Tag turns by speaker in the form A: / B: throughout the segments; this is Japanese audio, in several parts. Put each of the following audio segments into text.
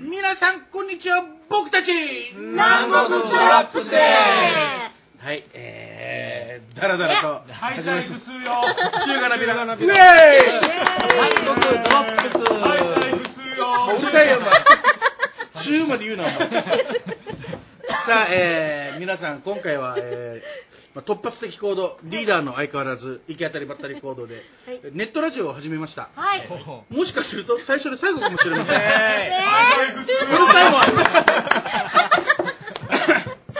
A: 皆さん、こんにちは。僕たち、
B: 南国トラップスです
A: はい、えー、だらだらと
B: 敗
A: 始まりま
B: 退
A: し
B: 不数よ
A: た。中華鍋だ。イェーイ
B: 敗退不数
A: う
B: よ
A: るさいよ、お前。中まで言うな、お 前。さあ、えー、皆さん、今回は、えーまあ、突発的行動、リーダーの相変わらず、行き当たりばったり行動で、
C: はい
A: ネットラジオを始めました。
C: はい。ね
A: もしかすると、最初で最後かもしれません。
C: え
B: ね
C: ー、
A: うるさい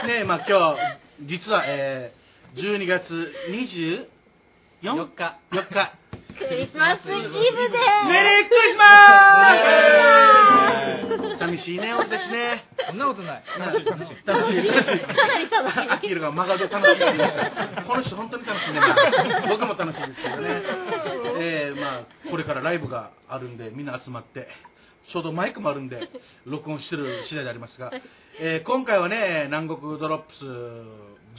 A: もん。ねえ、まあ今日、実は、えー、12月 24?
D: 4日
A: 4日。
C: クリスマスイブ
A: メリー
C: で
A: クリスマース寂しいね、俺たちね。
D: そんなことない
A: 楽しい、楽しい。楽しい、楽しい。
C: かなり楽しい
A: あきるがマガド楽しいって言いました。この人本当に楽しいね。僕も楽しいですけどね。えー、まあこれからライブがあるんでみんな集まって、ちょうどマイクもあるんで録音してる次第でありますが、えー今回はね南国ドロップス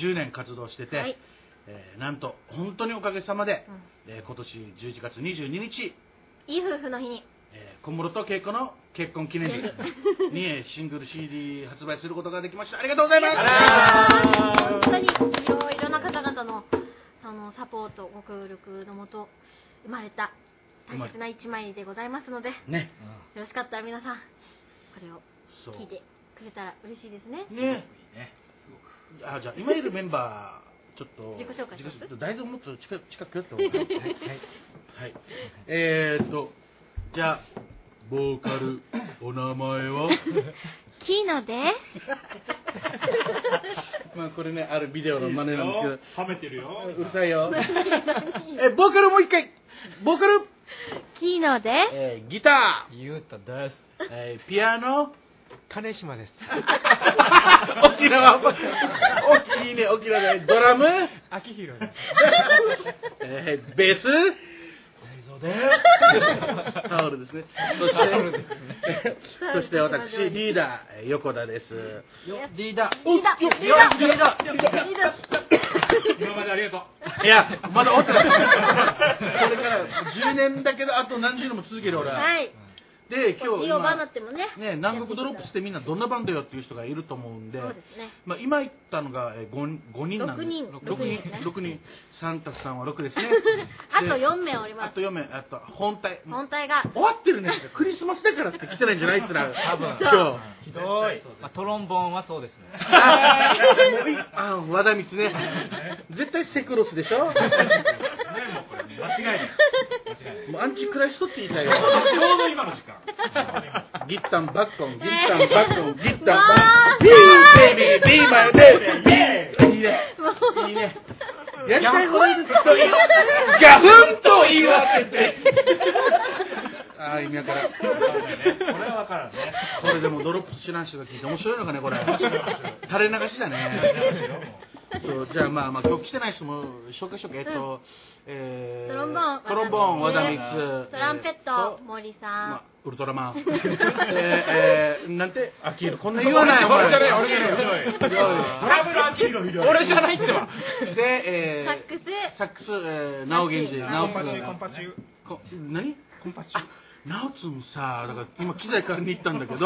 A: 10年活動してて、
C: はい
A: えーなんと本当におかげさまで、えー今年11月22日
C: いい夫婦の日に。
A: えー小室と恵子の結婚記念 日にえーシングル CD 発売することができましたありがとうございます
C: 本当にいろいろな方々のあのサポート、ご協力のもと生まれた大切な一枚でございますので、よ
A: ね
C: ろしかったら皆さん、これを
A: そう
C: 聞いてくれたら嬉しいですね。
A: ねあじゃあ今いるメンバーちょっと
C: 自己紹介します
A: 自己紹介大豆をもっと近く近く寄っても らってはい、はいはい、えー、っとじゃあボーカルお名前 は
C: キーノです。
A: まあこれねあるビデオの真似なんですけど
B: はめてるよ
A: うるさいよえボーカルもう一回ボーカル、
C: キーノで
A: えーギタ
D: ゆうたです
A: ー、えーピアノ
D: 金島です
A: 沖縄ばっか大きいね沖縄でドラム、
D: 秋広です
A: えーベースタオルですねそして そして私リーダーえー横田です
D: リーダー
A: リーダーリーダー
C: す。いいです。
B: 今までありがとう
A: いやまだ終わってないこれから10年だけどあと何十年も続ける俺は、
C: はい。
A: で今日
C: 色ばな
A: 今
C: ってもね。
A: ね、南国ドロップスってみんなどんなバンドよっていう人がいると思うんで
C: そうですね。
A: まあ、今言ったのが 5, 5人なんです
C: 六人
A: 6人六人3たす3は6ですね
C: あと4名おり ま
A: あ
C: す
A: と。4名あと本体
C: 本体が
A: 終わってるねクリスマスだからって来てないんじゃないあいつら
D: 多分
A: 今
D: ひどいまあトロンボーンはそうですね
A: 日もういいあ和田光ね絶対セクロスでしょ
B: ねもうこれ間違いない間違いない
A: もうアンチクライストって言いたいよ
B: ちょうど今の時間
A: ギッタンバッコンギッタンバッコンギッタンバッ
C: わ
A: コンビーベイビービーマイベイビーいいねいいねやりたい放題でずっと言うガフンと言わせてああ今から
B: これは分からんね
A: これでもドロップしない人が聞いて面白いのかねこれ垂れ流しだねそうじゃあまあまあ今日来てない人も紹介しようかえっと、えー
C: トロンボーン
A: トロンボーン和田光
C: トランペット森
A: まあ、
C: さ
A: ウルトラ マンえー、えー、なんてアキールこんな言わない
B: 俺じゃねえ
A: 俺
B: 俺じゃねえ
A: ひ
B: ひどいド
A: どい
B: ラムの秋広ひどい
A: 俺じゃないってばで、え
C: ん
A: ー、
C: サックス
A: サックス、えー、直源氏直
E: コンパチ
A: 津
E: コンパチ
A: こ何
E: コンパチ
A: あ直津もさだから今機材借りに行ったんだけど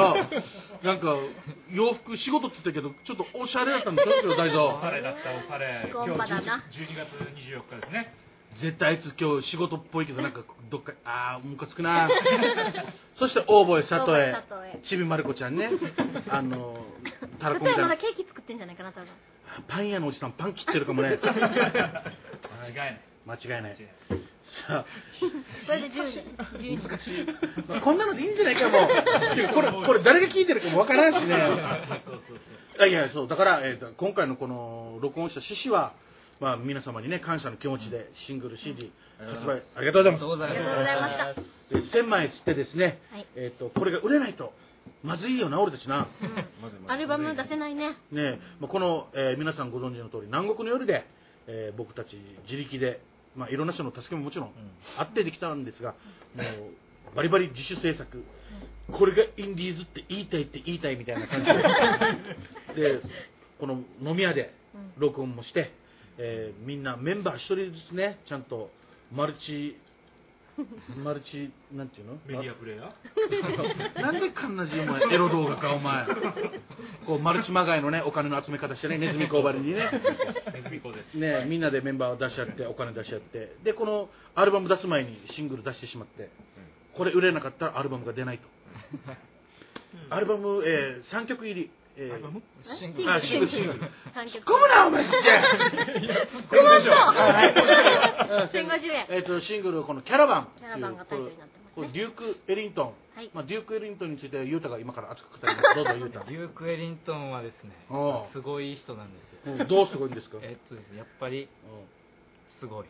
A: なんか洋服仕事って言ったけどちょっとおしゃれだったんでしょ今日大
B: おさ
A: 蔵
B: れだったおされ今
C: ゴ
B: 日
C: ンバだ
B: 11
C: な
B: 月24日ですね
A: 絶対あいつ今日仕事っぽいけどなんかどっかああムカつくなそして大坊
C: 大
A: 里
C: 坊
A: 江
C: 里江
A: ちびまる子ちゃんねあの たら
C: 例
A: こみ
C: え
A: たい
C: まだ
A: な
C: ケーキ作ってんじゃないかな多分
A: パン屋のおじさんパン切ってるかもね
B: 間違いない
A: 間違いないさあ
C: これで10年12年
A: 難しい、まあ こんなのでいいんじゃないかもうてかこれこれ誰が聞いてるかもわからん しね
B: そうそうそうそう
A: あいやそうだから、えーと今回のこの録音した趣旨は、まあ、皆様にね感謝の気持ちでシングル CD 発売、ありがとうございます
D: うござ
C: ありがとうございました
A: えー1000枚吸ってですね、
C: はい
A: えー、とこれが売れないとまずいよな俺たちな、
C: アルバム出せないね
A: ねまあ、この、えー皆さんご存知の通り南国の夜で、えー僕たち自力で、まあ、いろんな人の助けももちろんあってできたんですが、もうバリバリ自主制作これがインディーズって言いたいって言いたいみたいな感じ ででこの飲み屋で録音も して、えーみんなメンバー一人ずつねちゃんとマルチマルチなんていうの
B: メディアプレイヤ ー
A: なんでかんなじお前エロ動画かお前こうマルチまがいのねお金の集め方してねネズミ小針にね
B: ネズミ子です。
A: ねみんなでメンバーを出し合ってお金出し合ってでこのアルバム出す前にシングル出してしまってこれ売れなかったらアルバムが出ないとアルバム、え3曲入り、えー
C: シン
A: グルあシングルシングル
C: 三曲
A: 突っ込むなお前ちっちゃい
C: ごまんと
A: うん
C: 1050円
A: えっとシングルはこのキャラバンっていう
C: キャラバンがタイトルになってますね
A: これこれデューク・エリントン、
C: はい
A: まあデューク・エリントンについてはユータが今から熱く語りますどうぞユータ
E: デューク・エリントンはですね
A: おう
E: すごいいい人なんですよ
A: うんどうすごいんですか、
E: えっとですねやっぱりすごい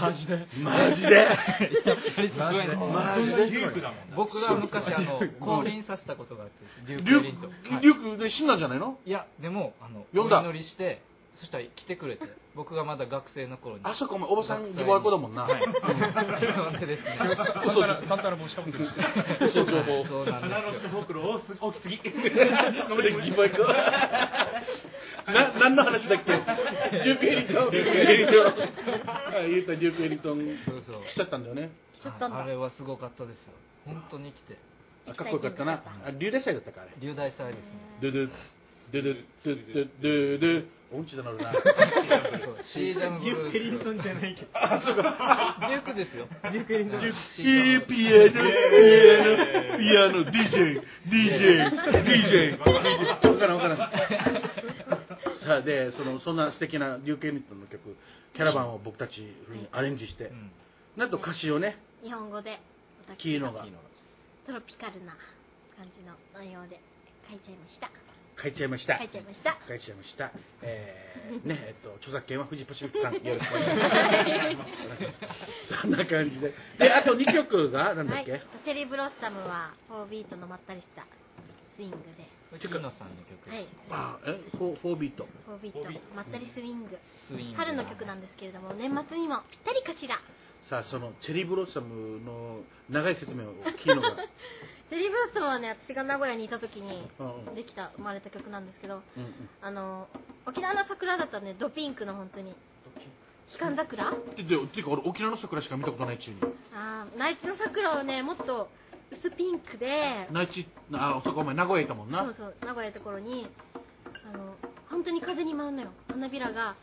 D: マジで
A: うんマジで
E: マジで
A: マジ
B: デ
A: で
B: ュークだもんな。
E: 僕は昔あの降臨させたことがあってデュー
A: デ
E: ク・エ
A: ュ
E: リン
A: ー
E: トン
A: ク
E: はい
A: デュークで死んだんじゃないの
E: いやでもあの
A: 呼んだ
E: お祈りしてそしたら来てくれて僕がまだ学生の頃に
A: あそこお前おばさん疑惑だもんな、
E: なんでですね
A: 嘘情
B: サンタナ申し込んでるし。
A: 嘘情報
E: そうなん
B: 鼻
E: で
B: の
E: す
B: 下
E: よ
B: ほくろをす置きすぎ。
A: それ疑惑な何の話だっけデューク・エリントンデューク・エリン トンはいユータデューク・エリントン
E: そうそう
A: 来ちゃったんだよね
C: 来ちゃったんだ
E: あれはすごかったですよ本当に来て
A: あかっこよかったなあ竜大祭だったかあれ
E: 流大祭ですね
A: ドゥドゥドゥドゥドゥドゥドゥドゥ音痴だなるな
E: そうシーダムブ
D: デュ
E: ル
D: ー
E: ー
D: ク・エリン
E: ス
D: トンじゃないけど
E: デュークですよ
D: デューク・エリントン
E: シー
A: い
E: ダ
A: い
E: ムブルース
A: ピアノピアノピアノ DJ DJ DJ 分からん分からんさあでそのそんな素敵なデューク・エリントンの曲「キャラバン」を僕たち風にアレンジして
E: うん
A: なんと歌詞をね
C: 日本語で私
A: キーノが
C: トロピカルな感じの内容で書いちゃいました
A: 書いちゃいました
C: 書いちゃいました
A: 書いちゃいましたえーねえっと著作権はフジパシフィックさんよろしくお願いします そんな感じで。で、あと2曲が、なんだ
C: は
A: っ
C: い
A: け、
C: チェリーブロッサムは4ビートのまったりしたスイングで
E: キーノさんの曲
C: はい
A: あえフォーフォービート。
C: 4ビートまったりスイング
E: スイング
C: 春の曲なんですけれども年末にもぴったりかしら
A: さあ、そのチェリーブロッサムの長い説明を聞くのが、
C: チェリーブロッサムはね私が名古屋にいた時に
A: うんうん
C: できた生まれた曲なんですけど
A: うんうん、
C: あの沖縄の桜だとねドピンクの本当に悲観桜
A: ででていうか、俺、沖縄の桜しか見たことない中に、
C: あー内地の桜をねもっと薄ピンクで
A: 内地、あ、そこお前、名古屋いたもんな。
C: そうそう名古屋のところにあの本当に風に舞うのよ花びらが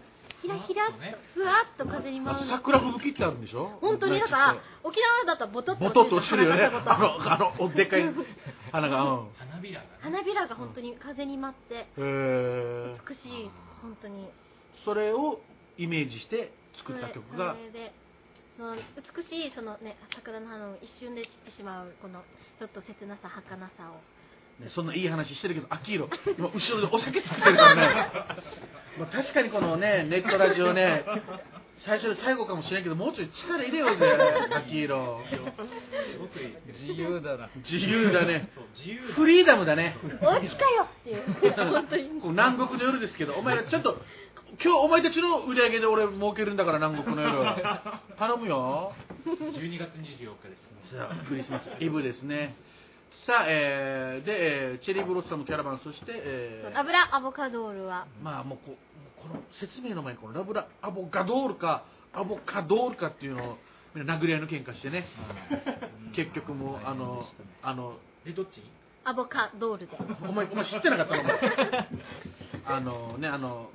C: ひらひらっとふわっと風に舞
A: あ
C: うの
A: 桜吹雪ってあるんでしょ
C: 本当にだから沖縄だとボトッと
A: ボトッと落ちてるよね。
C: 花
A: あ
C: がこう
A: の、あの、おでっかい花が。 うん。
B: 花びらがね。
C: 花びらが本当に風に舞って
A: へー
C: 美しい本当に
A: それをイメージして作った曲が
C: それそれでその美しいその、ね、桜の花を一瞬で散ってしまうこのちょっと切なさ儚 さを
A: ねそんないい話してるけど、アキーロ、今後ろでお酒作ってるからね。 まあ確かにこのね、ネットラジオね、最初で最後かもしれんけど、もうちょい力入れようぜ、アキーロ。
B: すごくいい。
E: 自由だな
A: 自由だね。
B: そう自由
A: フリーダムだね。
C: お家かよっていう 本当に
A: こう南国の夜ですけど、お前らちょっと、今日お前たちの売り上げで俺儲けるんだから、南国の夜は。頼むよ。
B: だ。12月24日です。
A: さあ、クリスマスイブですね。さあ、えーで、えーチェリーブロッサムキャラバン、そして、えー
C: 油アボカドールは
A: まあもうこもうこの説明の前にこのラブラアボガドールかアボカドールかっていうのをみんな殴り合いの喧嘩してね結局もうあのあの
B: でどっち？
C: アボカドールで
A: お前お前知ってなかったのお 前あのねあの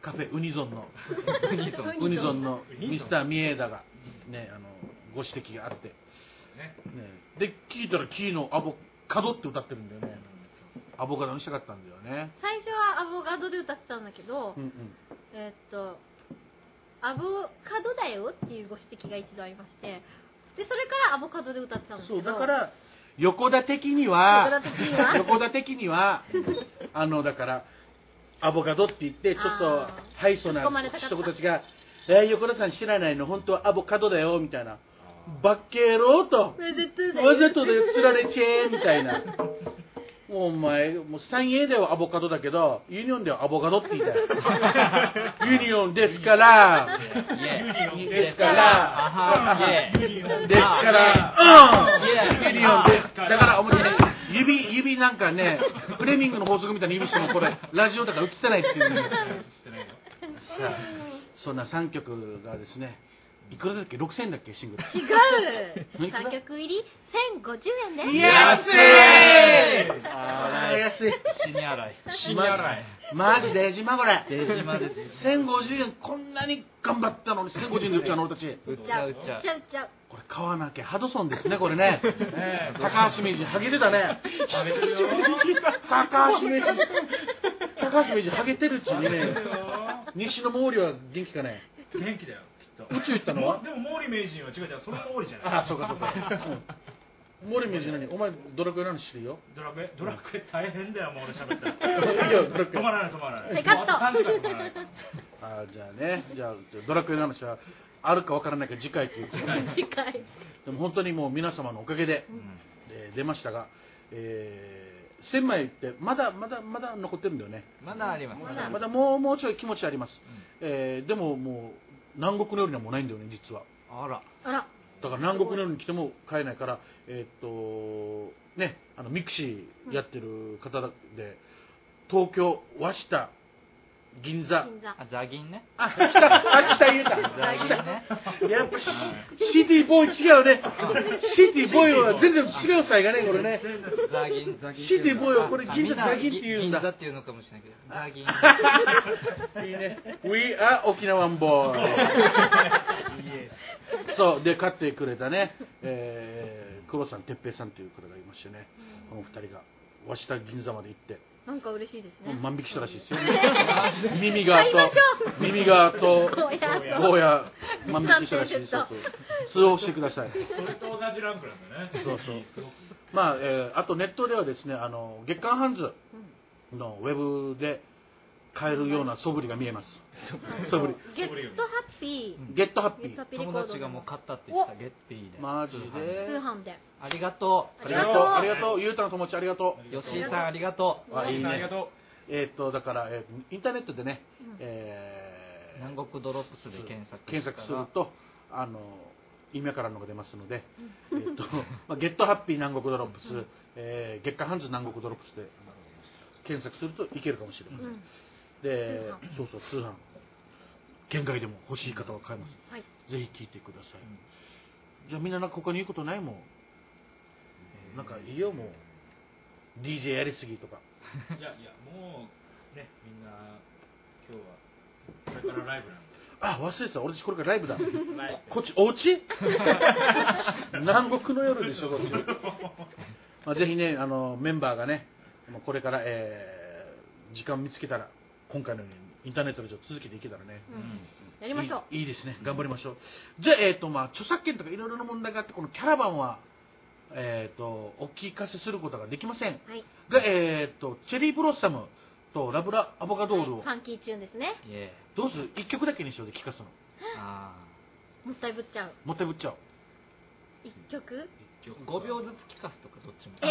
A: カフェウニゾンのウニゾンのミスターミエーダがねあのご指摘があって、
B: ね。
A: ね、で聞いたらキーのアボカドって歌ってるんだよねアボカドにしたかったんだよね
C: 最初はアボカドで歌ってたんだけど、
A: うんうん
C: えーっとアボカドだよっていうご指摘が一度ありましてでそれからアボカドで歌ってたんだけど
A: そうだから横田的には
C: 横田的に は
A: 横田的にはあのだからアボカドって言ってちょっと
C: あー
A: ハイソな
C: 突っ込まれたかった
A: 人たちが「えー、横田さん知らないの本当はアボカドだよ」みたいな「バッケロー」と
C: めでと
A: 「
C: うだ
A: わ
C: よ
A: ざとで釣られちゃえ」みたいな。もうお前、もう三栄ではアボカドだけど、ユニオンではアボカドって言いた い。ユニオンですから、ですから、ですから、うん、ユニオンです。だから、お前ね、指、指なんかね、フレミングの法則みたいな指しても、これ、ラジオだから映ってないっていうね。
B: してないの。
A: さあ、そんな3曲がですね、いくらだっけ6000円だっけシングル
C: 違う
A: 何
C: 三曲入り1050円です
A: 安いあー安い
E: 死に荒い。
B: 死に荒い。
A: マジデジマこれ
E: デジマです
A: 1050円こんなに頑張ったのに1050円で売っちゃうの俺たち
E: うっ
C: 売っ
E: ちゃうっちゃう
C: ち。ゃう売っちゃう
A: これ買わなきゃハドソンですねこれね
B: ねえ
A: 高橋名人ハゲてたね
B: 食べてるよ。
A: 高橋名人高橋名人ハゲてるっちにね
B: 食べてるよ
A: 西の毛利は元気かね
B: 元気だよ、きっと。
A: 宇宙行ったのは
B: でも毛利名人は違う違う、それが毛利じゃない。
A: ああそうかそうかうん毛利名人何お前ドラクエ何知るよ
B: ドラクエ、ドラクエ大変だよ、もう俺喋ったら。
A: いいよドラクエ
B: 止まらない、止まらない。
C: セカ
B: もうあ
C: ット
B: と3時間止まらない。
A: あーじゃあねじゃあじゃあドラクエの話はあるかわからないから次回っていうことで
C: 次回
A: でも本当にもう皆様のおかげで、えー出ましたが、えー、1000枚ってまだまだまだ残ってるんだよね
E: まだあります。
C: まだ
A: まだもうもうちょい気持ちあります、えーでももう南国の料理はもうないんだよね実は
E: あら。
C: あら
A: だから南国の料理に来ても買えないからえーっとねあのミクシーやってる方で東京和下銀座
C: 銀座
E: あ、ザギンね。
A: あ来たあ来た言えた
E: ザギンね。
A: やっぱシシティボーイ違うね。シティボーイは全然違うさいがね、これね。
E: ザギン、ザギン。
A: シティボーイはこれ
E: あ
A: 銀座ザギンって言うんだ
E: 銀座っていうのかもしれないけど。ザギン。
A: いいね。We are 沖縄 boy。そう、で、勝ってくれたね、えー、黒さん、哲平さんという方がいましてね、この二人が、和下銀座まで行って、
C: なんか嬉しいですね
A: 万引きしたらしい ですよ。耳が
C: 買いましょ
A: と、耳がと、
C: こうやっ
A: ゴーヤ、万引きしたらしいですよ。そう通報してください。
B: それと同じランクなんだね。
A: そうそう
B: すごく
A: まあえーあとネットではですねあの月刊ハンズのウェブで買えるような素振りが見えます素振り
C: ゲットハッピー
A: ゲットハッ
C: ゲ
A: ピ
C: ットハッ
A: ー
C: ピーレコ
E: 友
C: ード
E: 達がもう買ったって言ってた、ゲッピーで。
A: マジで
C: 通販で
E: ありがと
A: ありがとうあ
C: あ
A: り
C: り
A: が
C: が
A: とうゆうたの友達ありがと
E: う。吉井さん、ありがとう。
A: うあいい
B: あり
A: ね
B: がとう。
A: えーっとだから、えーインターネットでね、えー
E: 南国ドロップスで検索
A: 検索する
E: と
A: とあの今からのが出ますので、えーっとまあ、ゲットハッピー南国ドロップス、えー月刊ハンズ南国ドロップスで検索するといけるかもしれません、
C: うん
A: で
C: 通販
A: そうそう通販県外でも欲しい方は買えます、
C: はい
A: ぜひ聞いてください、じゃあみんななんか他に言うことないもん、なんかいいよもう DJ やりすぎとか
B: いやいや、もう、ね、みんな、今日は、これからライブなんで。
A: あ忘れてた俺たちこれからライブだここっちお家 南国の夜でしょこっち、まあ、ぜひねあのメンバーがねまあこれから、えー時間見つけたら今回のようにインターネットでちょっと続けていけたらね、
C: うんやりましょう
A: いいいいですね頑張りましょう、じゃあえっ、とまあ著作権とかいろいろな問題があってこのキャラバンはえっ、とお聞かせすることができません
C: はい
A: がえっ、とチェリーブロッサムとラブラアボカドールを
C: ファンキーチューンですね
E: イエ
A: どうする1曲だけにしようぜ聞かすの
E: ーあ
C: もったいぶっちゃう
A: もったいぶっちゃおう
C: 一曲
E: ー5秒ずつ聞かすとかどっちも
F: そっ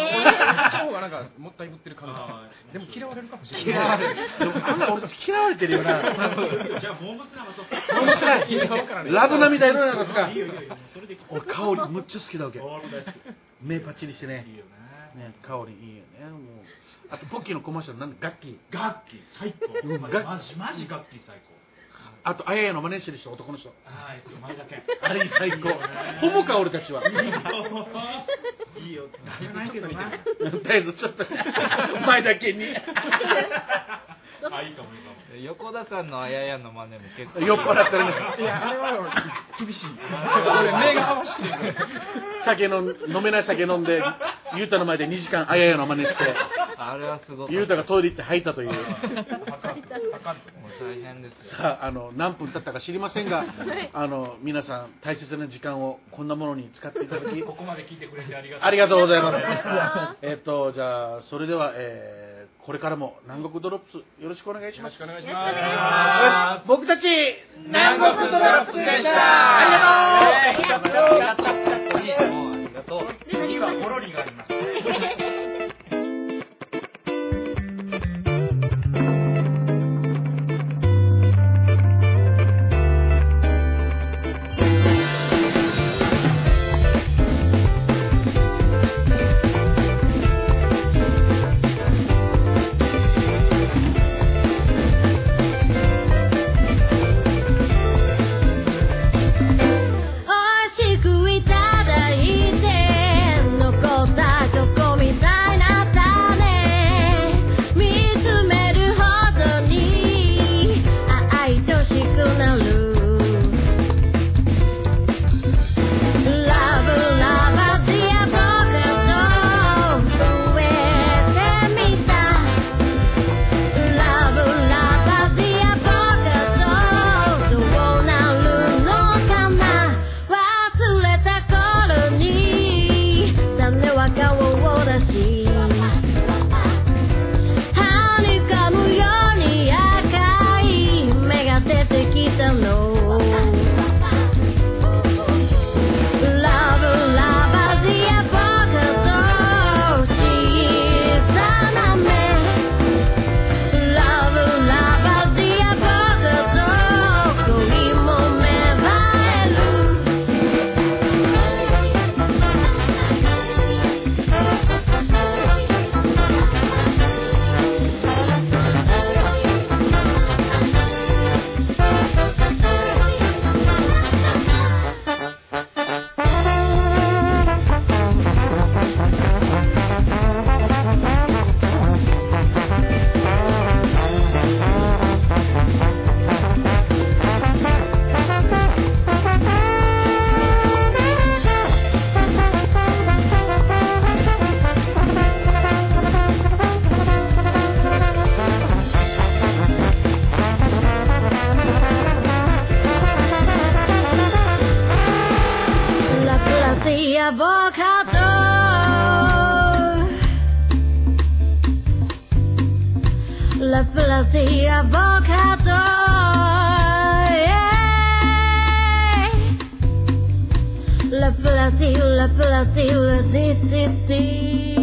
F: ちの方がなんかもったいぶってる感
B: あー
F: がでも嫌われるかもしれ
A: 嫌
F: ない
A: われるでも案外俺たち嫌われてるよな
B: じゃあ、モームスラマそっか。
A: どうも辛いラブ涙いろいろなんですか
B: いいよいいよいいよ、もうそれでいく。
A: 俺香りむっちゃ好きだわけ
B: 俺も大好き。
A: 目パッチリしてね
B: いいよね。
A: ね香りいいよねもうあとポッキーのコマーシャルなんだ楽器
B: ガッキー最
A: うん
B: 高。マジ
A: ガッ
B: マジマジガッキー最高。
A: あとあややの真似してる人男の人
B: あーえっと前だけ。
A: あれ最高ホモか俺たちは
B: いいよ。誰もないけどな。
A: とりあえずちょっと前だけに
B: あいいかもいいかも。
E: 横田さんのあややの真似も結構
A: 酔っ払ってるね
F: いやあれは厳しい俺目が合わしくて
A: 酒飲ん飲めない酒飲んでゆうたの前で2時間あややの真似して
E: あれはすごく
A: ゆうたがトイレ行って吐いたという
E: もう大変ですよ
A: さああの何分経ったか知りませんがあの皆さん大切な時間をこんなものに使っていただき
B: ここまで聞いてくれてありがとう。
A: ありがとうございま
C: ありがとうございます
A: えっとじゃあそれでは、えーこれからも南国ドロップスよろしくお願いします
C: よろしくお願いします
A: よし僕たち南国ドロップスでしたありがとう
C: ありがとう
E: お兄さんもありがとう
B: 次はポロリがあります。
G: 「
C: the avocado. Yeah. La, la, di, la, la, di, la, di, di, di.